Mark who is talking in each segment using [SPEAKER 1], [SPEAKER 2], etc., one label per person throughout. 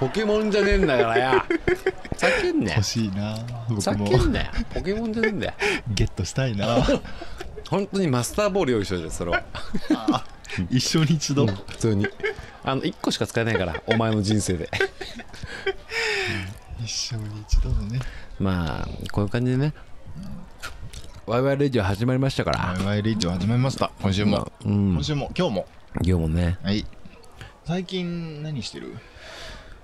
[SPEAKER 1] ポケモンじゃねえんだからや。 ふざけんなよ
[SPEAKER 2] 欲。しいな
[SPEAKER 1] ふざ
[SPEAKER 2] 僕も
[SPEAKER 1] けんなよ。ポケモンじゃねえんだよ。
[SPEAKER 2] ゲットしたいな
[SPEAKER 1] 本当にマスターボール用意しといて、それを。
[SPEAKER 2] 一生に一度、
[SPEAKER 1] 普通に。あの、1個しか使えないから、お前の人生で。
[SPEAKER 2] 一生に一度のね
[SPEAKER 1] まあ、こういう感じでね。ワイワイレディオ始まりましたか
[SPEAKER 2] ワ
[SPEAKER 1] ら
[SPEAKER 2] イ。ワイレイジオ始めました今週
[SPEAKER 1] ま
[SPEAKER 2] も、
[SPEAKER 1] あうん
[SPEAKER 2] 今。週も今日も
[SPEAKER 1] 今日もね。
[SPEAKER 2] はい最近何してる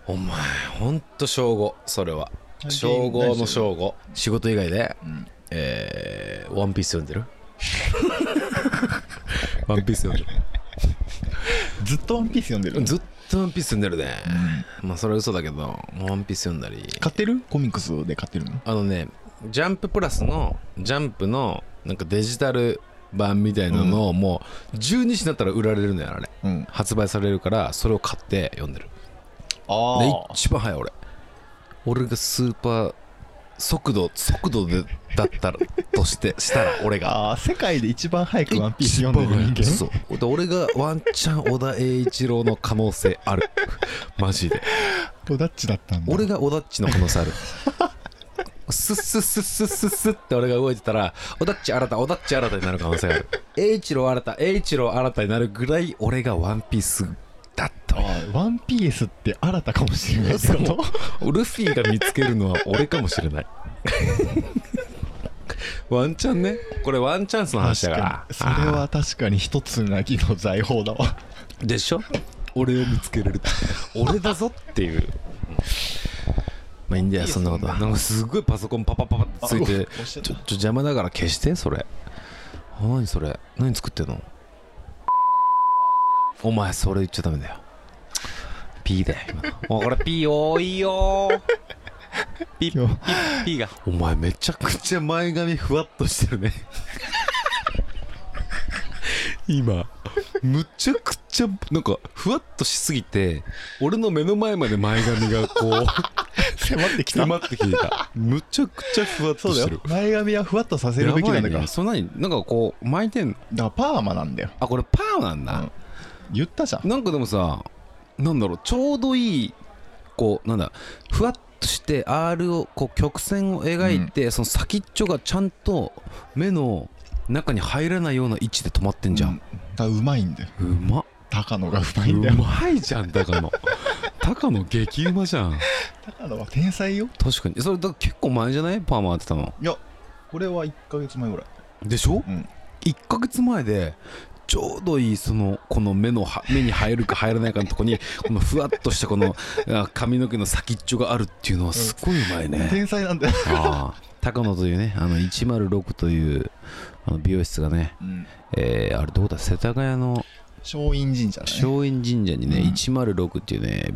[SPEAKER 1] お前、ほんと正午、それは。
[SPEAKER 2] 最近
[SPEAKER 1] 正午の正午。仕事以外で、
[SPEAKER 2] ん
[SPEAKER 1] えー、ワンピース読ん でるワンピース読んでる。
[SPEAKER 2] ずっとワンピース読んでる
[SPEAKER 1] ずっとワンピース読んでるね、まあそれは嘘だけどワンピース読んだり
[SPEAKER 2] 買ってるコミックスで買ってるの
[SPEAKER 1] あのねジャンププラスのジャンプのなんかデジタル版みたいなのをもう12時になったら売られるのよあれ
[SPEAKER 2] うん
[SPEAKER 1] 発売されるからそれを買って読んでる
[SPEAKER 2] あ
[SPEAKER 1] で一番早い俺俺がスーパー速度速度でだったらと してしたら俺が
[SPEAKER 2] あー世界で一番早くワンピース読んでる人間
[SPEAKER 1] そうで俺がワンチャン小田栄一郎の可能性あるマジで
[SPEAKER 2] とダッチだったんだ
[SPEAKER 1] 俺がオダッチの可能性あるスッスッスッスッスッスッって俺が動いてたらオダッチ新たオダッチ新たになる可能性がある栄一郎新た栄一郎新たになるぐらい俺がワンピースだった
[SPEAKER 2] あーワンピースって新たかもしれないって こと
[SPEAKER 1] そうルフィが見つけるのは俺かもしれない ワンチャンねこれワンチャンスの話だから
[SPEAKER 2] 確かにそれは確かに一つなぎの財宝だわ
[SPEAKER 1] でしょ俺を見つけれる俺だぞっていうまあいいんだよそんなことはなんかすごいパソコンパパパパってつい
[SPEAKER 2] あう
[SPEAKER 1] て
[SPEAKER 2] わ押しち
[SPEAKER 1] ち
[SPEAKER 2] ゃ
[SPEAKER 1] ょちょ
[SPEAKER 2] った
[SPEAKER 1] 邪魔だから消してそれあ何それ何作ってんのお前それ言っちゃダメだよ P だよ今のおこれ P 多いよーピ
[SPEAKER 2] 今日
[SPEAKER 1] P がお前めちゃくちゃ前髪ふわっとしてるね今むちゃくちゃなんかふわっとしすぎて俺の目の前まで前髪が こ
[SPEAKER 2] 迫って
[SPEAKER 1] う
[SPEAKER 2] きた
[SPEAKER 1] 迫ってきていたむちゃくちゃふわっ
[SPEAKER 2] そ
[SPEAKER 1] と
[SPEAKER 2] うだ
[SPEAKER 1] して
[SPEAKER 2] よ
[SPEAKER 1] る
[SPEAKER 2] 前髪はふわっとさせるべきなんだから、
[SPEAKER 1] ね、そんなになんかこう巻いてんの
[SPEAKER 2] だからパーマなんだよ
[SPEAKER 1] あこれパーなんだ、
[SPEAKER 2] 言ったじゃん
[SPEAKER 1] なんかでもさなんだろうちょうどいいこうなんだふわっとして R をこう曲線を描いて、その先っちょがちゃんと目の中に入らないような位置で止まってんじゃん、
[SPEAKER 2] だうまいんだよ
[SPEAKER 1] うまっ
[SPEAKER 2] 高野がうまいんだ
[SPEAKER 1] う
[SPEAKER 2] よ
[SPEAKER 1] まいじゃん高 野高野激うまじゃん
[SPEAKER 2] 高野は天才よ
[SPEAKER 1] 確かにそれだ結構前じゃないパーマ当てたの
[SPEAKER 2] いやこれは1ヶ月前ぐらい
[SPEAKER 1] でしょ、
[SPEAKER 2] うん
[SPEAKER 1] 1ヶ月前でちょうどいいそのこの目のは目に入るか入らないかのとこに このふわっとしたこのあ髪の毛の先っちょがあるっていうのはすごいうま いね、
[SPEAKER 2] 天才なんだよ、
[SPEAKER 1] ああ高野というねあの106というあの美容室がね、
[SPEAKER 2] うん、
[SPEAKER 1] えーあれどこだ世田谷の
[SPEAKER 2] 松陰神社だね
[SPEAKER 1] 松陰神社にね、
[SPEAKER 2] うん
[SPEAKER 1] 106っていうね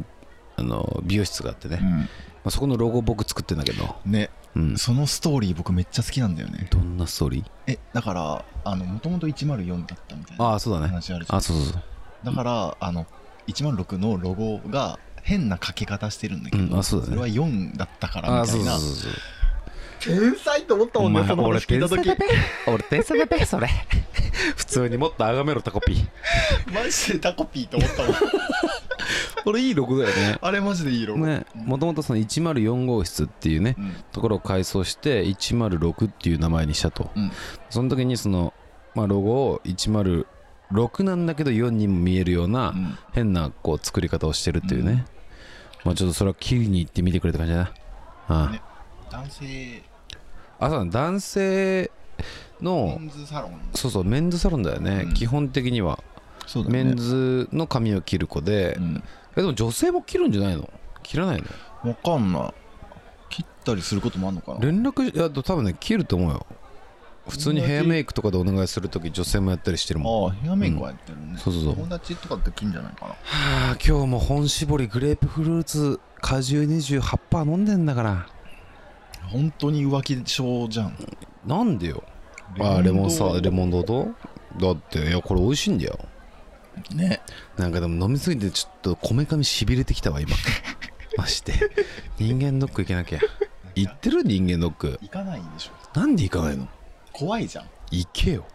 [SPEAKER 1] あの美容室があってね、まあ、そこのロゴ僕作ってんだけど、
[SPEAKER 2] うん、ね
[SPEAKER 1] うん、
[SPEAKER 2] そのストーリー僕めっちゃ好きなんだよね
[SPEAKER 1] どんなストーリー
[SPEAKER 2] えだからあのもともと104だったみたいな
[SPEAKER 1] ああそうだね
[SPEAKER 2] 話あるじゃん
[SPEAKER 1] あそうそうそう
[SPEAKER 2] だからあの106のロゴが変な書き方してるんだけど、
[SPEAKER 1] うんあそうだね
[SPEAKER 2] それは4だったから
[SPEAKER 1] あ
[SPEAKER 2] みた
[SPEAKER 1] そ
[SPEAKER 2] いう
[SPEAKER 1] そ
[SPEAKER 2] な
[SPEAKER 1] うそうそう
[SPEAKER 2] 天才と思ったもんねその話聞いた時
[SPEAKER 1] 俺天才だべそれ普通にもっとあがめろタコピー
[SPEAKER 2] マジでタコピーと思ったもん
[SPEAKER 1] 俺いいロゴだよね
[SPEAKER 2] あれマジでいいロゴ、
[SPEAKER 1] ねもともとその104号室っていうね
[SPEAKER 2] うん
[SPEAKER 1] ところを改装して106っていう名前にしたと、
[SPEAKER 2] うん
[SPEAKER 1] その時にその、まあ、ロゴを106なんだけど4にも見えるような
[SPEAKER 2] うん
[SPEAKER 1] 変なこう作り方をしてるっていうね、まあちょっとそれは切りに行ってみてくれって感じだなああ,、
[SPEAKER 2] ね男性
[SPEAKER 1] あそうだね男性
[SPEAKER 2] メ
[SPEAKER 1] の
[SPEAKER 2] ンズサロン
[SPEAKER 1] そうそうメンズサロンだよね、
[SPEAKER 2] うん
[SPEAKER 1] 基本的には
[SPEAKER 2] そう
[SPEAKER 1] メンズの髪を切る子で、
[SPEAKER 2] うん
[SPEAKER 1] えでも女性も切るんじゃないの切らないの
[SPEAKER 2] わかんない切ったりすることもあんのかな
[SPEAKER 1] 連絡いや多分ね切ると思うよ普通にヘアメイクとかでお願いするとき女性もやったりしてるもんは
[SPEAKER 2] ああヘアメイクはやってるね、
[SPEAKER 1] そうそうそう
[SPEAKER 2] 友達とかって切んじゃないかな
[SPEAKER 1] あ今日も本絞りグレープフルーツ果汁28%飲んでんだから
[SPEAKER 2] 本当に浮気症じゃん
[SPEAKER 1] なんでよあレモンサワーレモンドーとだっていやこれ美味しいんだよ
[SPEAKER 2] ね
[SPEAKER 1] なんかでも飲みすぎてちょっとこめかみしびれてきた わ今まして人間ドック行けなきゃ行ってる人間ドック
[SPEAKER 2] 行かないでしょ
[SPEAKER 1] なんで行かないの
[SPEAKER 2] 怖いじゃん
[SPEAKER 1] 行けよ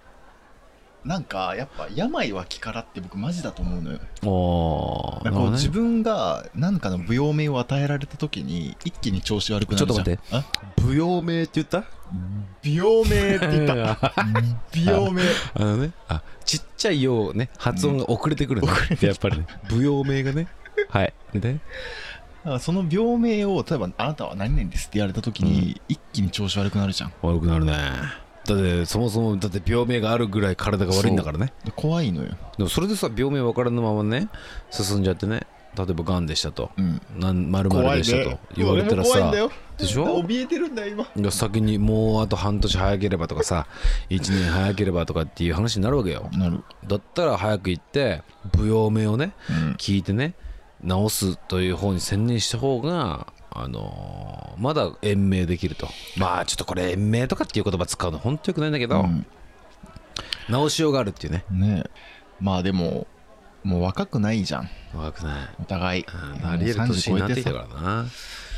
[SPEAKER 2] なんかやっぱ病は気からって僕マジだと思うのよ
[SPEAKER 1] おーなるほ
[SPEAKER 2] なんかこう
[SPEAKER 1] どね
[SPEAKER 2] 自分が何かの舞踊名を与えられた時に一気に調子悪くなるじゃん
[SPEAKER 1] ちょっと
[SPEAKER 2] 待って
[SPEAKER 1] 舞踊名って言った
[SPEAKER 2] 美容名って言った美容名
[SPEAKER 1] あのねあちっちゃい「よ」ね発音が遅れてくるね、やっぱりね舞踊名がねはいで
[SPEAKER 2] あその病名を例えば「あなたは何々です」って言われた時に、一気に調子悪くなるじゃん
[SPEAKER 1] 悪くなるねだってそもそもだって病名があるぐらい体が悪いんだからね
[SPEAKER 2] で怖いのよ、
[SPEAKER 1] でもそれでさ病名分からぬままね進んじゃってね例えばがんでしたと
[SPEAKER 2] うん、
[SPEAKER 1] なん〇〇でしたと言われたら
[SPEAKER 2] 俺も怖い
[SPEAKER 1] さ
[SPEAKER 2] んだよ
[SPEAKER 1] でしょ
[SPEAKER 2] 怯えてるんだよ今
[SPEAKER 1] いや先にもうあと半年早ければとかさ1年早ければとかっていう話になるわけよ
[SPEAKER 2] なる、
[SPEAKER 1] だったら早く行って舞踊名をね
[SPEAKER 2] うん、
[SPEAKER 1] 聞いてね治すという方に専念した方があのーまだ延命できるとまあちょっとこれ延命とかっていう言葉使うの本当よくないんだけど、治しようがあるっていうね
[SPEAKER 2] うんねえまあでももう若くないじゃん
[SPEAKER 1] 若くない
[SPEAKER 2] お互い
[SPEAKER 1] うんなり得る年になってきたからなだか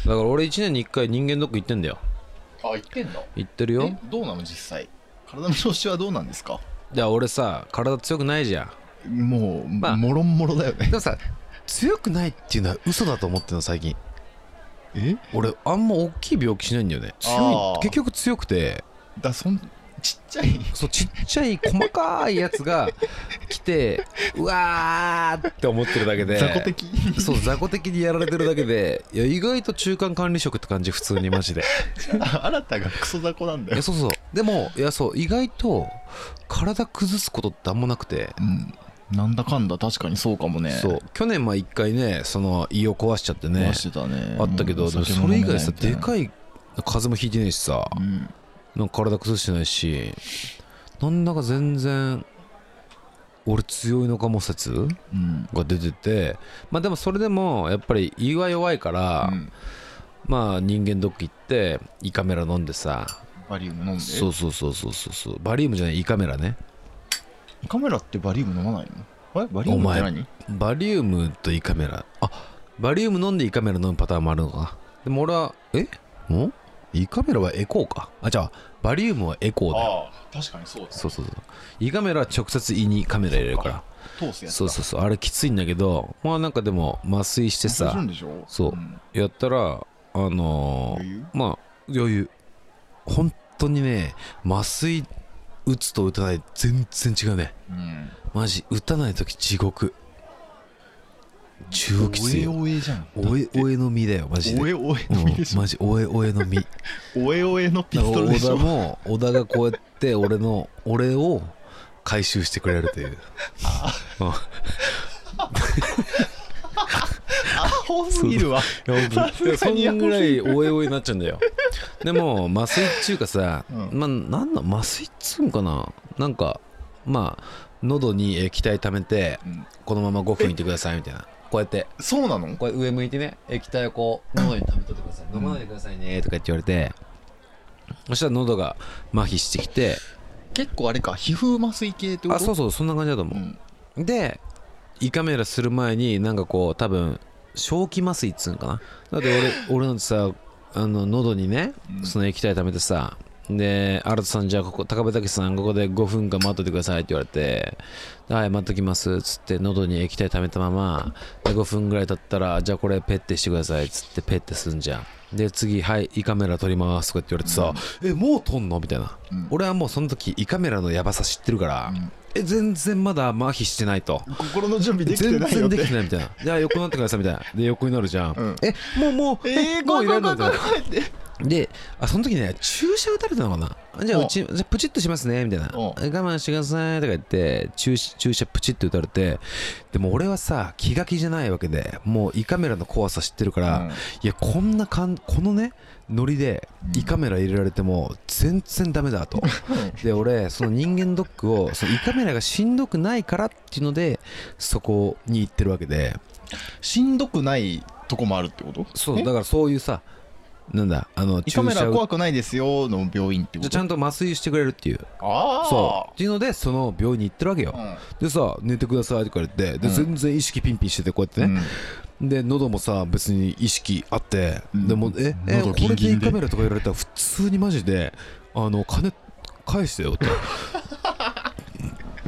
[SPEAKER 1] ら俺1年に1回人間ドック行ってんだよ
[SPEAKER 2] らあ言ってんの
[SPEAKER 1] 行ってるよ
[SPEAKER 2] えどうなの実際体の調子はどうなんですか
[SPEAKER 1] いや俺さ体強くないじゃん
[SPEAKER 2] もう、
[SPEAKER 1] まあ
[SPEAKER 2] もろんもろだよね
[SPEAKER 1] でもさ強くないっていうのは嘘だと思ってるの最近
[SPEAKER 2] え
[SPEAKER 1] 俺あんま大きい病気しないんだよね
[SPEAKER 2] あ
[SPEAKER 1] 強
[SPEAKER 2] ー
[SPEAKER 1] い結局強くて
[SPEAKER 2] だそんちっちゃい
[SPEAKER 1] そうちっちゃい細かいやつが来てうわーって思ってるだけで
[SPEAKER 2] 雑魚的
[SPEAKER 1] そう雑魚的にやられてるだけでいや意外と中間管理職って感じ普通にマジで
[SPEAKER 2] あなたがクソ雑魚なん
[SPEAKER 1] い
[SPEAKER 2] だ
[SPEAKER 1] や
[SPEAKER 2] よ、
[SPEAKER 1] そうそうでもいやそう意外と体崩すことってあんまなくて、
[SPEAKER 2] うん、なんだかんだ確かにそうかもね
[SPEAKER 1] そう去年まあ一回ねその胃を壊しちゃってね
[SPEAKER 2] 壊してたね
[SPEAKER 1] あったけど、
[SPEAKER 2] うん
[SPEAKER 1] でも
[SPEAKER 2] 酒も
[SPEAKER 1] それ
[SPEAKER 2] 飲めない
[SPEAKER 1] 以外さ
[SPEAKER 2] みたい
[SPEAKER 1] で
[SPEAKER 2] な
[SPEAKER 1] かい風邪もひいてないしさ、
[SPEAKER 2] うん
[SPEAKER 1] なんか体崩してないしなんだか全然俺強いのかも説
[SPEAKER 2] うん
[SPEAKER 1] が出ててまあでもそれでもやっぱり胃は弱いから、
[SPEAKER 2] うん
[SPEAKER 1] まあ人間ドック行って胃カメラ飲んでさ
[SPEAKER 2] バリウム飲んで
[SPEAKER 1] そうそうそうそうそうそうバリウムじゃない胃カメラね
[SPEAKER 2] カメラってバリウム飲まないのえバリウムって何
[SPEAKER 1] バリウムと胃カメラあバリウム飲んで胃カメラ飲むパターンもあるのかなでも俺はえん胃カメラはエコーかあじゃあバリウムはエコーだよ
[SPEAKER 2] ああ確かにそうです
[SPEAKER 1] そうそうそう胃カメラは直接胃にカメラ入れるから
[SPEAKER 2] 通すやつ
[SPEAKER 1] そうそうそうあれきついんだけどまあなんかでも麻酔して
[SPEAKER 2] そうする
[SPEAKER 1] さ
[SPEAKER 2] んでしょ
[SPEAKER 1] そうんやったらあの
[SPEAKER 2] 余
[SPEAKER 1] ー
[SPEAKER 2] 裕
[SPEAKER 1] まあ余裕本当にね麻酔打つと打たない全然違うね
[SPEAKER 2] うん
[SPEAKER 1] マジ打たない時地獄中央きついよ
[SPEAKER 2] おえおえじゃん
[SPEAKER 1] おえおえの実だよマジで
[SPEAKER 2] おえおえ
[SPEAKER 1] うん
[SPEAKER 2] の実でしょ
[SPEAKER 1] マジおえおえの実だか
[SPEAKER 2] おえおえの ピ
[SPEAKER 1] ら
[SPEAKER 2] ストルで
[SPEAKER 1] 小
[SPEAKER 2] し
[SPEAKER 1] 田
[SPEAKER 2] ょ
[SPEAKER 1] も小田がこうやって俺の俺を回収してくれるという
[SPEAKER 2] アホすぎるわ
[SPEAKER 1] いや
[SPEAKER 2] さすがに
[SPEAKER 1] そんぐらいおえおえになっちゃうんだよ でも麻酔っちゅうかさ、
[SPEAKER 2] うん
[SPEAKER 1] まあなんだ麻酔っつうんかななんかまあ喉に液体溜めて
[SPEAKER 2] うん
[SPEAKER 1] このまま5分いてくださいみたいなこうやって
[SPEAKER 2] そうなの
[SPEAKER 1] これ上向いてね液体をこう喉に溜めといてください飲まないでくださいねとかって言われてそしたら喉が麻痺してきて
[SPEAKER 2] 結構あれか皮膚麻酔系ってこと
[SPEAKER 1] あそうそうそんな感じだと
[SPEAKER 2] う
[SPEAKER 1] 思
[SPEAKER 2] ん
[SPEAKER 1] うで胃カメラする前になんかこう多分正気麻酔っつうんかなだって俺俺なんてさあの喉にね
[SPEAKER 2] うん
[SPEAKER 1] その液体溜めてさで新田さんじゃあここ高部武さんここで5分間待っといてくださいって言われて「はい待っときます」っつって喉に液体溜めたままで5分ぐらい経ったら「じゃあこれペッてしてください」っつってペッてすんじゃんで次「はい胃カメラ取ります」とかって言われてさ「えもう取んの?」みたいな、
[SPEAKER 2] うん
[SPEAKER 1] 俺はもうその時胃カメラのやばさ知ってるから、
[SPEAKER 2] うん
[SPEAKER 1] え全然まだ麻痺してないと
[SPEAKER 2] 心の準備できて
[SPEAKER 1] 全
[SPEAKER 2] ないよ
[SPEAKER 1] 然
[SPEAKER 2] っ
[SPEAKER 1] で
[SPEAKER 2] て
[SPEAKER 1] きてないみたいなじゃあ横になってくださいみたいなで横になるじゃん、
[SPEAKER 2] うん
[SPEAKER 1] えもうもう
[SPEAKER 2] えー、
[SPEAKER 1] も
[SPEAKER 2] 怖
[SPEAKER 1] う
[SPEAKER 2] い
[SPEAKER 1] いら
[SPEAKER 2] 怖い
[SPEAKER 1] んのみたい
[SPEAKER 2] 怖い
[SPEAKER 1] な
[SPEAKER 2] 怖いって
[SPEAKER 1] であその時ね注射打たれたのかなじゃあ
[SPEAKER 2] うん
[SPEAKER 1] うちじゃあプチッとしますねみたいな
[SPEAKER 2] うん
[SPEAKER 1] 我慢してくださいとか言って注射注射プチッと打たれてでも俺はさ気が気じゃないわけでもう胃カメラの怖さ知ってるから、
[SPEAKER 2] う
[SPEAKER 1] い
[SPEAKER 2] ん
[SPEAKER 1] やこんなかんこのねノリで
[SPEAKER 2] うん
[SPEAKER 1] 胃カメラ入れられても全然ダメだ とで俺その人間ドックをその胃カメラがしんどくないからっていうのでそこに行ってるわけで
[SPEAKER 2] しんどくないとこもあるってこと
[SPEAKER 1] そう
[SPEAKER 2] え
[SPEAKER 1] だからそういうさなんだあの
[SPEAKER 2] 胃
[SPEAKER 1] 注
[SPEAKER 2] カメラ
[SPEAKER 1] 射を
[SPEAKER 2] 怖くないですよの病院ってこ
[SPEAKER 1] じゃあ
[SPEAKER 2] と
[SPEAKER 1] ちゃんと麻酔してくれるっていう
[SPEAKER 2] ああ
[SPEAKER 1] そうっていうのでその病院に行ってるわけよ、でさ寝てくださいって言われてで、
[SPEAKER 2] うん
[SPEAKER 1] 全然意識ピンピンしててこうやって
[SPEAKER 2] うん
[SPEAKER 1] ね、で喉もさ別に意識あって、
[SPEAKER 2] うん
[SPEAKER 1] でもええ
[SPEAKER 2] 喉
[SPEAKER 1] こ
[SPEAKER 2] ギン
[SPEAKER 1] れ
[SPEAKER 2] ギ
[SPEAKER 1] で
[SPEAKER 2] ン
[SPEAKER 1] 胃
[SPEAKER 2] で
[SPEAKER 1] カメラとか言われたら普通にマジであの金返してよって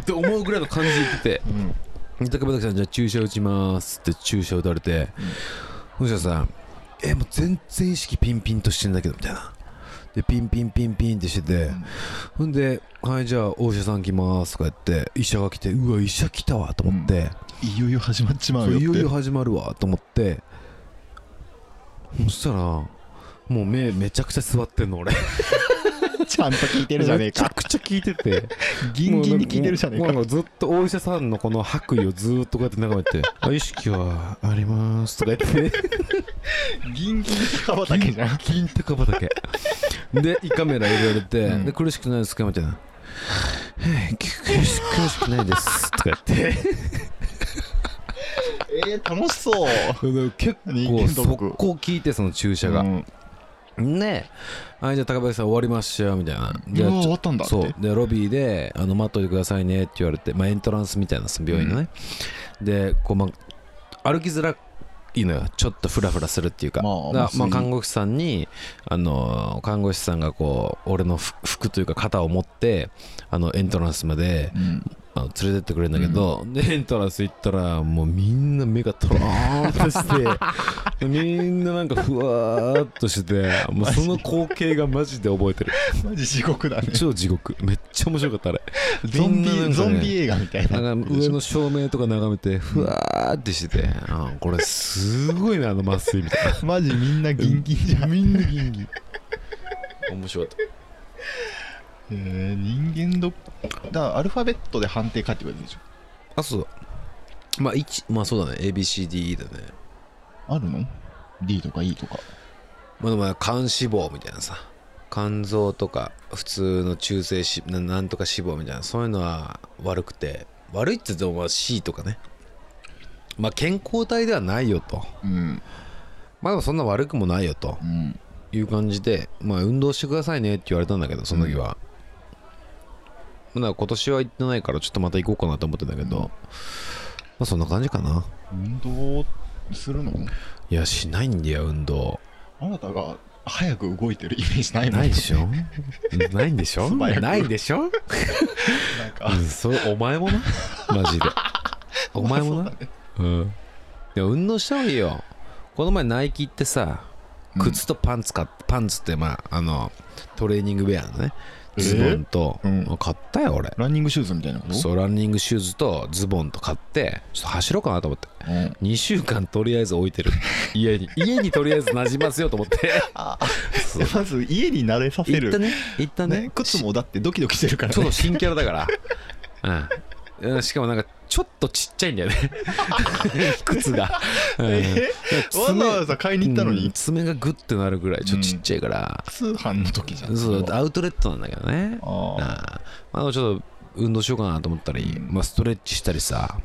[SPEAKER 1] って思うぐらいの感じで言ってて
[SPEAKER 2] うん
[SPEAKER 1] 三宅畑さんじゃあ注射打ちますって注射打たれて藤田さんえもう全然意識ピンピンとしてんだけどみたいなでピンピンピンピンってしててほんで「はいじゃあお医者さん来ます」とか言って医者が来て「うわ医者来たわ」と思って、
[SPEAKER 2] いよいよ始まっちま
[SPEAKER 1] そう
[SPEAKER 2] うよっ
[SPEAKER 1] い
[SPEAKER 2] て
[SPEAKER 1] よいよ始まるわと思ってそしたらもう目めちゃくちゃ座ってんの俺
[SPEAKER 2] ちゃんと聞いてるじゃねえ
[SPEAKER 1] めちゃ
[SPEAKER 2] か
[SPEAKER 1] くちゃ聞いてて
[SPEAKER 2] ギンギンに聞いてるじゃねえ
[SPEAKER 1] もう
[SPEAKER 2] か
[SPEAKER 1] なんかずっとお医者さんのこの白衣をずっとこうやって眺めて 「あ意識はあります」とか言って
[SPEAKER 2] ギンギンかばたけじゃん
[SPEAKER 1] 金高畑で胃カメラ入れられて、
[SPEAKER 2] うん
[SPEAKER 1] で苦しくないですかみたいな 「はい苦し苦しくないです」とか言って
[SPEAKER 2] えー、楽しそう
[SPEAKER 1] 結
[SPEAKER 2] 人
[SPEAKER 1] 構
[SPEAKER 2] 間ドッ
[SPEAKER 1] 速
[SPEAKER 2] ク
[SPEAKER 1] 攻聞いてその注射が、
[SPEAKER 2] うん
[SPEAKER 1] ねはいじゃあ高林さん終わりましたみたいなじ
[SPEAKER 2] う
[SPEAKER 1] ゃ
[SPEAKER 2] わ
[SPEAKER 1] あ
[SPEAKER 2] 終
[SPEAKER 1] ち
[SPEAKER 2] わ
[SPEAKER 1] ょ
[SPEAKER 2] ったんだって
[SPEAKER 1] そうでロビーであの待っといてくださいねって言われて、まあ、エントランスみたいなその病院のね、でこう、まあ、歩きづらいのよちょっとフラフラするっていうか,だ
[SPEAKER 2] ま
[SPEAKER 1] か
[SPEAKER 2] あ
[SPEAKER 1] ら、
[SPEAKER 2] まあ
[SPEAKER 1] まあ
[SPEAKER 2] そう
[SPEAKER 1] 看護師さんにあの看護師さんがこう俺の服服というか肩を持ってあのエントランスまで
[SPEAKER 2] うん
[SPEAKER 1] あの連れてってくれるんだけど、でエントランス行ったらもうみんな目がとろーんと してみんななんかふわーっとしててもうその光景がマジで覚えてる
[SPEAKER 2] マジ地獄だね
[SPEAKER 1] 超地獄めっちゃ面白かったあれ
[SPEAKER 2] ゾン
[SPEAKER 1] みんななんかね
[SPEAKER 2] ビゾンビ映画みたいな
[SPEAKER 1] なんか上の照明とか眺めてふわーってしてて、あこれすごいなあの麻酔みたい
[SPEAKER 2] マジみんなギンギンじゃんみんなギンギン
[SPEAKER 1] な面白かっ
[SPEAKER 2] えー、人間ドックだからアルファベットで判定書いてくれるでしょ
[SPEAKER 1] たあそうまあ一まあそうだね ABCDE だね
[SPEAKER 2] あるの ?D とか E とか
[SPEAKER 1] まあでも肝脂肪みたいなさ肝臓とか普通の中性脂ななんとか脂肪みたいなそういうのは悪くて悪いって言ってもまあ C とかねまあ健康体ではないよと
[SPEAKER 2] うん
[SPEAKER 1] まあでもそんな悪くもないよと
[SPEAKER 2] うん
[SPEAKER 1] いう感じでまあ運動してくださいねって言われたんだけどその時は、まあなんか今年は行ってないからちょっとまた行こうかなと思ってんだけど、
[SPEAKER 2] うん
[SPEAKER 1] まあそんな感じかな
[SPEAKER 2] 運動するの
[SPEAKER 1] いやしないんだよ運動
[SPEAKER 2] あなたが早く動いてるイメージないもん
[SPEAKER 1] ないでし ょないんでしょ
[SPEAKER 2] 素早く
[SPEAKER 1] ないでしょ
[SPEAKER 2] なんか
[SPEAKER 1] うん、それお前もな マジでお前もな
[SPEAKER 2] そうだね
[SPEAKER 1] うんでも運動した方がいいよこの前ナイキってさ
[SPEAKER 2] うん
[SPEAKER 1] 靴とパンツか、パンツってまああのトレーニングウェアのね
[SPEAKER 2] えー
[SPEAKER 1] ズボンと、
[SPEAKER 2] うん
[SPEAKER 1] 買ったよ俺
[SPEAKER 2] ランニングシューズみたいなこと
[SPEAKER 1] そうランニングシューズとズボンと買ってちょっと走ろうかなと思って
[SPEAKER 2] うん
[SPEAKER 1] 2週間とりあえず置いてる家に家にとりあえず馴染ませようと思って
[SPEAKER 2] あ
[SPEAKER 1] そう
[SPEAKER 2] まず家に慣れさせ
[SPEAKER 1] 行った
[SPEAKER 2] る
[SPEAKER 1] ね行ったね
[SPEAKER 2] ね靴もだってドキドキしてる から
[SPEAKER 1] ちょっ
[SPEAKER 2] ね
[SPEAKER 1] と新キャラだから。うんうん。しかもなんか、ちょっとちっちゃいんだ よね。靴が。うん
[SPEAKER 2] えわざわ
[SPEAKER 1] 爪
[SPEAKER 2] ざ買いに行ったの
[SPEAKER 1] うん
[SPEAKER 2] に
[SPEAKER 1] 爪がグッてなるぐらい、ちょっとちっちゃいから。
[SPEAKER 2] 通販の時じゃん
[SPEAKER 1] そう
[SPEAKER 2] れは
[SPEAKER 1] アウトレットなんだけどね。
[SPEAKER 2] ああ
[SPEAKER 1] ああのちょっと運動しようかなと思ったり、
[SPEAKER 2] うん
[SPEAKER 1] まあ、ストレッチしたりさ、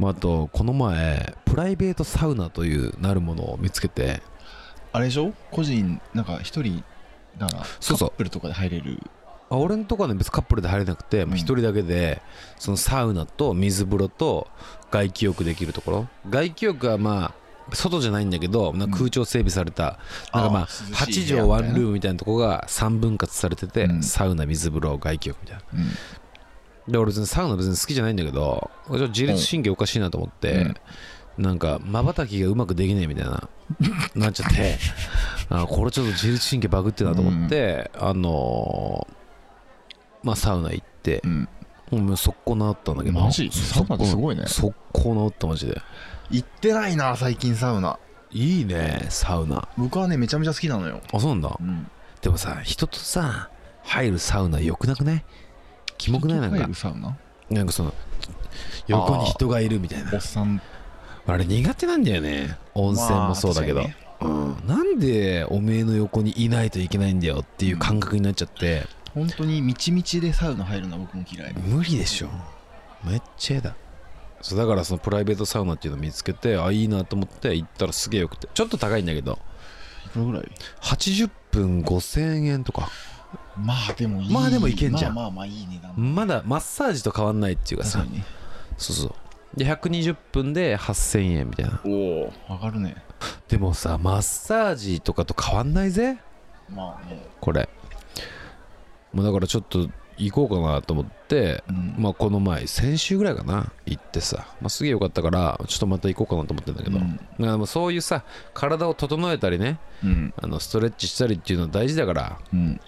[SPEAKER 1] まあ、あとこの前プライベートサウナというなるものを見つけて
[SPEAKER 2] あれでしょ個人なんか一人だから
[SPEAKER 1] そうそう
[SPEAKER 2] カップルとかで入れる
[SPEAKER 1] あ俺のとこはね別にカップルで入れなくてまあ
[SPEAKER 2] うん
[SPEAKER 1] 一、人だけでそのサウナと水風呂と外気浴できるところ外気浴はまあ外じゃないんだけどなんか空調整備された、
[SPEAKER 2] うん
[SPEAKER 1] なんかま
[SPEAKER 2] あ
[SPEAKER 1] あ
[SPEAKER 2] ー涼
[SPEAKER 1] 8
[SPEAKER 2] しい部屋
[SPEAKER 1] 畳ワン
[SPEAKER 2] みたいな
[SPEAKER 1] ルームみたいなとこが3分割されてて、
[SPEAKER 2] うん
[SPEAKER 1] サウナ水風呂外気浴みたいな
[SPEAKER 2] うん
[SPEAKER 1] で俺別にサウナ別に好きじゃないんだけどちょっと自律神経おかしいなと思って、なんかまばたきがうまくできねえみたいななっちゃって あこれちょっと自律神経バグってなと思って、あのーまあサウナ行って
[SPEAKER 2] う、ん
[SPEAKER 1] もう速攻治ったんだけど
[SPEAKER 2] マジサウナってすごいね
[SPEAKER 1] 速攻治ったマジで
[SPEAKER 2] 行ってないな最近サウナ
[SPEAKER 1] いいねサウナ
[SPEAKER 2] 僕はねめちゃめちゃ好きなのよ、
[SPEAKER 1] あそうなんだ
[SPEAKER 2] うん、
[SPEAKER 1] でもさ人とさ入るサウナよくなくないキモくないなん
[SPEAKER 2] 入
[SPEAKER 1] か
[SPEAKER 2] るサウナ
[SPEAKER 1] なんかその横に人がいるみたいな
[SPEAKER 2] おっさん
[SPEAKER 1] あれ苦手なんだよね温泉もそうだけど、
[SPEAKER 2] まあ確
[SPEAKER 1] うん、なんでおめえの横にいないといけないんだよっていう感覚になっちゃって、
[SPEAKER 2] 本当にみちみちでサウナ入るのは僕も嫌い
[SPEAKER 1] 無理でしょめっちゃ嫌だそうだからそのプライベートサウナっていうのを見つけてあいいなと思って行ったらすげえよくてちょっと高いんだけど
[SPEAKER 2] いくらぐらい
[SPEAKER 1] 80分5000円とか
[SPEAKER 2] まあでもいい
[SPEAKER 1] まあでもいけんじゃん
[SPEAKER 2] まあまあまあいい値段
[SPEAKER 1] まだマッサージと変わんないっていうか
[SPEAKER 2] 確か
[SPEAKER 1] さ
[SPEAKER 2] にね
[SPEAKER 1] そうそうで120分で8000円みたいな
[SPEAKER 2] おお上がるね
[SPEAKER 1] でもさマッサージとかと変わんないぜ
[SPEAKER 2] まあね
[SPEAKER 1] これもうだからちょっと行こうかなと思って、
[SPEAKER 2] うん
[SPEAKER 1] まあ、この前先週ぐらいかな行ってさ、まあ、すげえよかったからちょっとまた行こうかなと思ってんだけど、
[SPEAKER 2] うん
[SPEAKER 1] だからもうそういうさ体を整えたりね
[SPEAKER 2] うん
[SPEAKER 1] あのストレッチしたりっていうのは大事だから
[SPEAKER 2] うん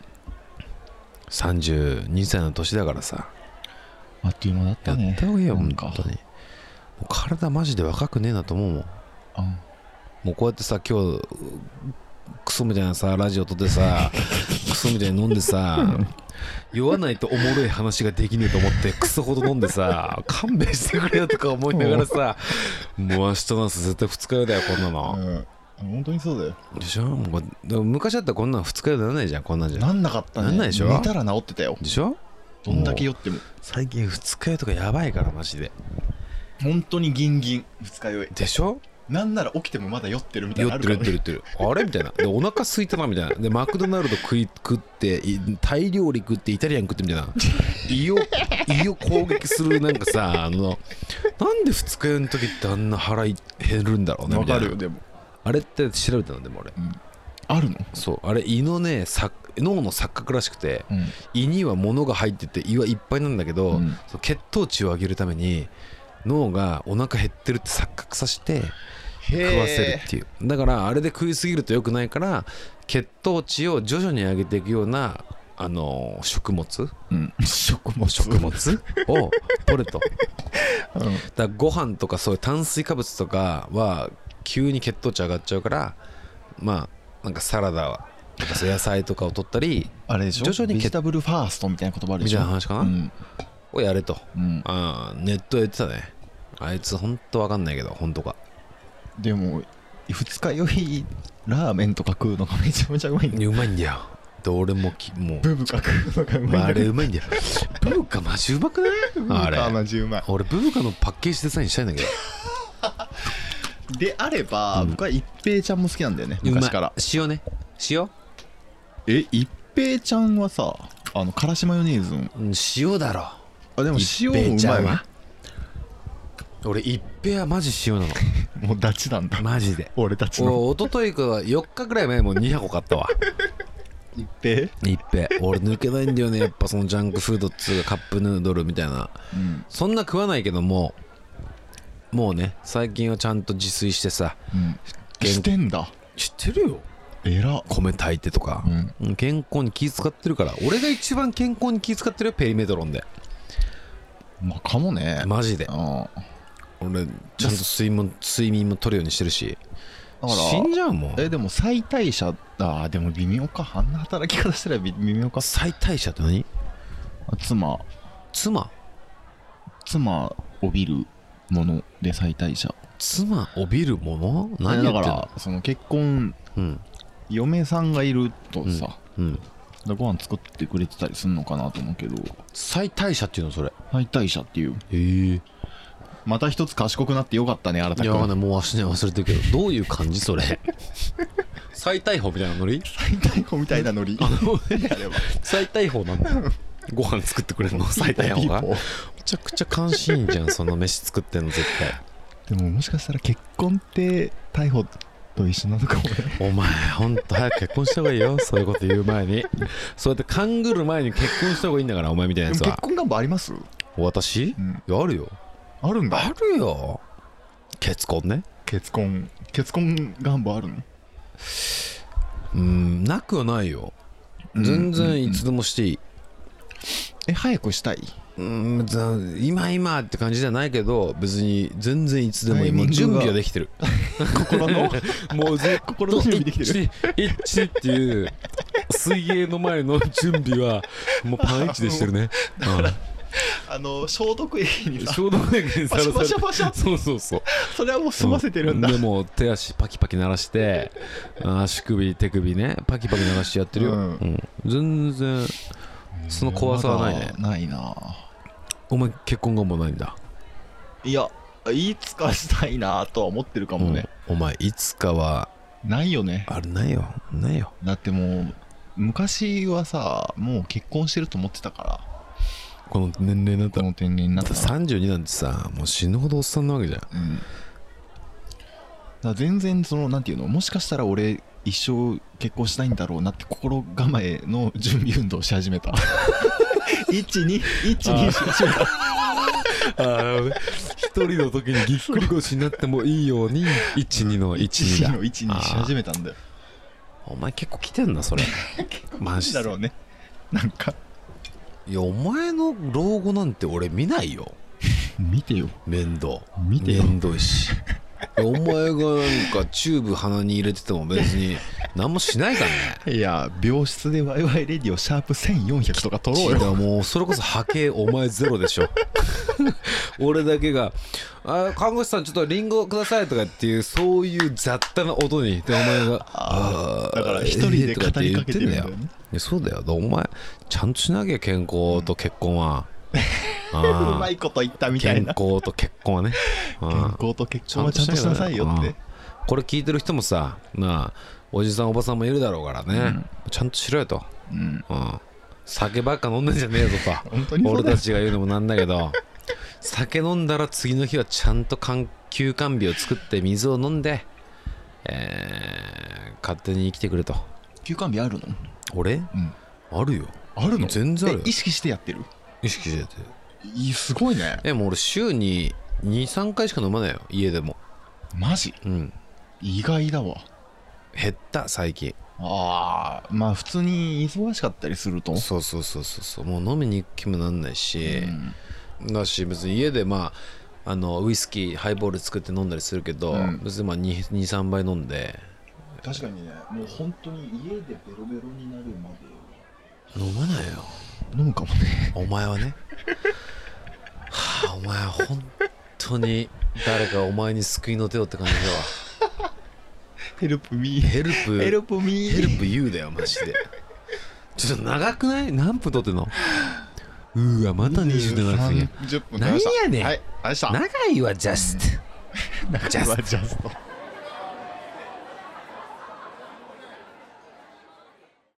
[SPEAKER 1] 32歳の年だからさ
[SPEAKER 2] あっという間だった
[SPEAKER 1] や
[SPEAKER 2] ね
[SPEAKER 1] った方がいいよ、
[SPEAKER 2] なん
[SPEAKER 1] 本
[SPEAKER 2] か
[SPEAKER 1] 当にもう体マジで若くねえなと思うもん
[SPEAKER 2] あ
[SPEAKER 1] もうこうやってさ今日クソみたいなさラジオ撮ってさクソみたいに飲んでさ酔わないとおもろい話ができねえと思ってクソほど飲んでさ勘弁してくれよとか思いながらさもう明日なんす絶対二日酔いだよこんな
[SPEAKER 2] う
[SPEAKER 1] の、
[SPEAKER 2] ん本当にそうだよ
[SPEAKER 1] でしょもうでも昔だったらこんなの二日酔いにならないじゃんこんなんじゃん
[SPEAKER 2] なんなかったね
[SPEAKER 1] なんないでしょ
[SPEAKER 2] 寝たら治ってたよ
[SPEAKER 1] でしょ
[SPEAKER 2] どんだけ酔っても
[SPEAKER 1] 最近二日酔いとかやばいからマジで
[SPEAKER 2] 本当にギンギン二日酔い
[SPEAKER 1] でしょ
[SPEAKER 2] なんなら起きてもまだ酔ってるみたい
[SPEAKER 1] 酔
[SPEAKER 2] なのあ
[SPEAKER 1] って
[SPEAKER 2] から
[SPEAKER 1] る酔ってる酔ってるあれみたいなでお腹空いたなみたいなでマクドナルド食い食っていタイ料理食ってイタリアン食ってみたいな 胃を胃を攻撃するなんかさあのなんで二日酔いの時ってあんな腹い減るんだろうね
[SPEAKER 2] わ
[SPEAKER 1] みた
[SPEAKER 2] か
[SPEAKER 1] いな
[SPEAKER 2] るよでも
[SPEAKER 1] あれって調べたのでも俺
[SPEAKER 2] あるの
[SPEAKER 1] そうあれ胃のね錯脳の錯覚らしくて
[SPEAKER 2] うん
[SPEAKER 1] 胃には物が入ってて胃はいっぱいなんだけど、
[SPEAKER 2] うん
[SPEAKER 1] その血糖値を上げるために脳がお腹減ってるって錯覚させて食わせるっていうだからあれで食いすぎると良くないから血糖値を徐々に上げていくようなあのー食物
[SPEAKER 2] うん食物
[SPEAKER 1] 食物を取 れと
[SPEAKER 2] うん
[SPEAKER 1] だからご飯とかそういう炭水化物とかは急に血糖値上がっちゃうからまあなんかサラダはとかそう野菜とかを取ったり
[SPEAKER 2] あれでしょ
[SPEAKER 1] 徐々に
[SPEAKER 2] ベジタブルファーストみたいな言葉ある
[SPEAKER 1] み
[SPEAKER 2] で
[SPEAKER 1] た
[SPEAKER 2] し
[SPEAKER 1] い
[SPEAKER 2] ょ
[SPEAKER 1] な話かな、
[SPEAKER 2] うん
[SPEAKER 1] をやれと
[SPEAKER 2] うん
[SPEAKER 1] ああネットやってたねあいつほんとわかんないけどほんとか
[SPEAKER 2] でも二日酔いラーメンとか食うのがめちゃめちゃうまいんだよ
[SPEAKER 1] うまいんだよで俺もきもう
[SPEAKER 2] ブブカ食うのがうまいん
[SPEAKER 1] まあ、あ
[SPEAKER 2] だ
[SPEAKER 1] れ
[SPEAKER 2] よ
[SPEAKER 1] うまいんだよ。ブーカマジうまくない
[SPEAKER 2] ブブ
[SPEAKER 1] あれ
[SPEAKER 2] カマジうまい
[SPEAKER 1] 俺ブーカのパッケージデザインしたいんだけど。
[SPEAKER 2] であれば、
[SPEAKER 1] うん
[SPEAKER 2] 僕は一平ちゃんも好きなんだよね昔から
[SPEAKER 1] うまい塩ね。塩
[SPEAKER 2] え一平ちゃんはさあのからしマヨネーズの
[SPEAKER 1] うん塩だろ。
[SPEAKER 2] あでも
[SPEAKER 1] 一
[SPEAKER 2] 塩もう
[SPEAKER 1] 平ちゃ
[SPEAKER 2] ま
[SPEAKER 1] ん
[SPEAKER 2] い
[SPEAKER 1] は
[SPEAKER 2] わ
[SPEAKER 1] 俺一平はマジ塩な の。
[SPEAKER 2] もうダチなんだ。
[SPEAKER 1] マジで
[SPEAKER 2] 俺たちの
[SPEAKER 1] お一昨日か4日ぐらい前も2箱買ったわ
[SPEAKER 2] 一平
[SPEAKER 1] 一平俺抜けないんだよねやっぱそのジャンクフードっつうかカップヌードルみたいな
[SPEAKER 2] うん
[SPEAKER 1] そんな食わないけどももうね最近はちゃんと自炊してさ
[SPEAKER 2] うん
[SPEAKER 1] 原
[SPEAKER 2] してんだ
[SPEAKER 1] 知ってるよ
[SPEAKER 2] えら
[SPEAKER 1] 米炊いてとか、
[SPEAKER 2] うん
[SPEAKER 1] うん健康に気使ってるから俺が一番健康に気使ってるよペリメトロンで
[SPEAKER 2] まあかもね
[SPEAKER 1] マジで
[SPEAKER 2] あ
[SPEAKER 1] 俺ちゃんと睡眠睡眠も取るようにしてるし
[SPEAKER 2] あ
[SPEAKER 1] 死ん
[SPEAKER 2] ら
[SPEAKER 1] じゃうもん
[SPEAKER 2] えでも最代謝あーでも微妙かあんな働き方したら微妙か
[SPEAKER 1] 最大者って何
[SPEAKER 2] 妻
[SPEAKER 1] 妻
[SPEAKER 2] 妻をびるもので最代謝
[SPEAKER 1] 妻帯びるもの何言
[SPEAKER 2] だか
[SPEAKER 1] ってん
[SPEAKER 2] ら
[SPEAKER 1] の
[SPEAKER 2] その結婚
[SPEAKER 1] うん
[SPEAKER 2] 嫁さんがいるとさ、
[SPEAKER 1] うん
[SPEAKER 2] だご飯作ってくれてたりすんのかなと思うけど
[SPEAKER 1] 最大者っていうのそれ
[SPEAKER 2] 最代謝っていう
[SPEAKER 1] ええい
[SPEAKER 2] また一つ賢くなってよかったね新た
[SPEAKER 1] やわかん
[SPEAKER 2] く
[SPEAKER 1] ないもう足に忘れてるけどどういう感じそれ 最大法みたいなノリ
[SPEAKER 2] 最大法み たいなノリあれは
[SPEAKER 1] 最大法な のご飯作ってくれるの最大法がめちゃくちゃ関心じゃんその飯作ってんの絶対
[SPEAKER 2] でももしかしたら結婚って逮捕と一緒なの かもね
[SPEAKER 1] お前ほんと早く結婚した方がいいよそういうこと言う前にそうやって勘ぐる前に結婚した方がいいんだからお前みたいなやつ
[SPEAKER 2] 結
[SPEAKER 1] は
[SPEAKER 2] 婚願望あります、
[SPEAKER 1] 私い
[SPEAKER 2] うん、
[SPEAKER 1] やあるよ
[SPEAKER 2] あるん
[SPEAKER 1] あ
[SPEAKER 2] だ
[SPEAKER 1] るよ結婚ね
[SPEAKER 2] 結婚結婚願望あるの
[SPEAKER 1] うんなくはないよ全然いつでもしていい
[SPEAKER 2] え早くしたい
[SPEAKER 1] うんざ今今って感じじゃないけど別に全然いつでもいい
[SPEAKER 2] タイミ
[SPEAKER 1] も
[SPEAKER 2] ング
[SPEAKER 1] う
[SPEAKER 2] が
[SPEAKER 1] 準備はできてる
[SPEAKER 2] 心の
[SPEAKER 1] もうずっと
[SPEAKER 2] 心の準備できてる
[SPEAKER 1] 一致っていう水泳の前の準備はもうパン一でしてる ね
[SPEAKER 2] あの消毒液
[SPEAKER 1] うん
[SPEAKER 2] に さ
[SPEAKER 1] 消毒液にさ
[SPEAKER 2] パ
[SPEAKER 1] ら
[SPEAKER 2] シャ
[SPEAKER 1] さ
[SPEAKER 2] パ
[SPEAKER 1] れ
[SPEAKER 2] シ
[SPEAKER 1] て
[SPEAKER 2] ャパシ ャ
[SPEAKER 1] そうそうそう
[SPEAKER 2] それはもう済ませてるんだ、
[SPEAKER 1] うでもう手足パキパキ鳴ら してあ足首手首ねパキパキ鳴らしてやってるよ、
[SPEAKER 2] う
[SPEAKER 1] うんん全然その怖さはないね
[SPEAKER 2] まだないな
[SPEAKER 1] お前結婚願望ないんだ
[SPEAKER 2] いやいつかしたいなとは思ってるかもね、
[SPEAKER 1] うんお前いつかは
[SPEAKER 2] ないよね
[SPEAKER 1] あれないよないよ
[SPEAKER 2] だってもう昔はさもう結婚してると思ってたから
[SPEAKER 1] この年齢になった
[SPEAKER 2] こ
[SPEAKER 1] ら
[SPEAKER 2] の天然にな
[SPEAKER 1] だっ
[SPEAKER 2] った
[SPEAKER 1] て
[SPEAKER 2] ら
[SPEAKER 1] 32なんてさもう死ぬほどおっさんなわけじゃん
[SPEAKER 2] うんだから全然そのなんていうのもしかしたら俺一 生結婚したいんだろうなって心構えの準備運動をし始めた一二一二
[SPEAKER 1] あー一人の時にぎっくり腰になってもいいように12の
[SPEAKER 2] 一
[SPEAKER 1] 12
[SPEAKER 2] 二
[SPEAKER 1] だ
[SPEAKER 2] の一二し始めたんだよ。
[SPEAKER 1] お前結構来てんなそ れマジ
[SPEAKER 2] だ
[SPEAKER 1] で
[SPEAKER 2] ろうね。なんか
[SPEAKER 1] いやお前の老後なんて俺見ないよ
[SPEAKER 2] 見てよ
[SPEAKER 1] 面倒
[SPEAKER 2] 見てよ
[SPEAKER 1] 面倒いしお前がなんかチューブ鼻に入れてても別に何もしないからね
[SPEAKER 2] いや病室でワイワイレディオシャープ1400とか撮ろう
[SPEAKER 1] 違
[SPEAKER 2] よ
[SPEAKER 1] うもうそれこそ波形お前ゼロでし ょ俺だけが「あ看護師さんちょっとリンゴください」とかっていうそういう雑多な音にでお前が「あー
[SPEAKER 2] だから一人で語りかけてるんだよ
[SPEAKER 1] えーとかって言っ
[SPEAKER 2] ね
[SPEAKER 1] てんいやそうだよお前ちゃんとしなきゃ健康と結婚 は、あ
[SPEAKER 2] う
[SPEAKER 1] ー
[SPEAKER 2] まいこと言ったみたい
[SPEAKER 1] 健
[SPEAKER 2] な
[SPEAKER 1] 康と結婚は ねうん
[SPEAKER 2] 健康と結婚はちゃんとしなさいよっ
[SPEAKER 1] うん
[SPEAKER 2] て
[SPEAKER 1] これ聞いてる人もさなあおじさんおばさんもいるだろうからね、ちゃんとしろよと、
[SPEAKER 2] うん
[SPEAKER 1] うん、酒ばっか飲んでんじゃねえぞと
[SPEAKER 2] 本当にそう
[SPEAKER 1] 俺
[SPEAKER 2] だよ
[SPEAKER 1] たちが言うのもなんだけ ど酒飲んだら次の日はちゃんと緩休館日を作って水を飲んで、えー勝手に生きてくれと
[SPEAKER 2] 休館日あるの
[SPEAKER 1] 俺
[SPEAKER 2] うん
[SPEAKER 1] あるよ
[SPEAKER 2] あるの
[SPEAKER 1] 全然あるよ
[SPEAKER 2] え意識してやってる
[SPEAKER 1] 意識してて
[SPEAKER 2] いいすごいね
[SPEAKER 1] えもう俺週に23回しか飲まないよ家でも
[SPEAKER 2] マジ
[SPEAKER 1] うん
[SPEAKER 2] 意外だわ
[SPEAKER 1] 減った最近
[SPEAKER 2] あーまあ普通に忙しかったりすると
[SPEAKER 1] そうそうそうそうそうもう飲みに行く気もなんないし
[SPEAKER 2] う、ん
[SPEAKER 1] だし別に家でまああのウイスキーハイボール作って飲んだりするけど、
[SPEAKER 2] うん
[SPEAKER 1] 別にまあ23杯飲んで
[SPEAKER 2] 確かにねもう本当に家でベロベロになるまで
[SPEAKER 1] 飲まないよ
[SPEAKER 2] 飲むかもね
[SPEAKER 1] お前は ねはあお前は本当に誰かお前に救いの手をって感じだわ
[SPEAKER 2] ヘルプミー
[SPEAKER 1] ヘルプ
[SPEAKER 2] ヘルプミー
[SPEAKER 1] ヘルプ U だよマジでちょっと長くない何分撮ってんのうわまた27分や
[SPEAKER 2] 30分
[SPEAKER 1] 何やねん
[SPEAKER 2] はいありがとうございました
[SPEAKER 1] 長いわジャストジャスト
[SPEAKER 2] ジャスト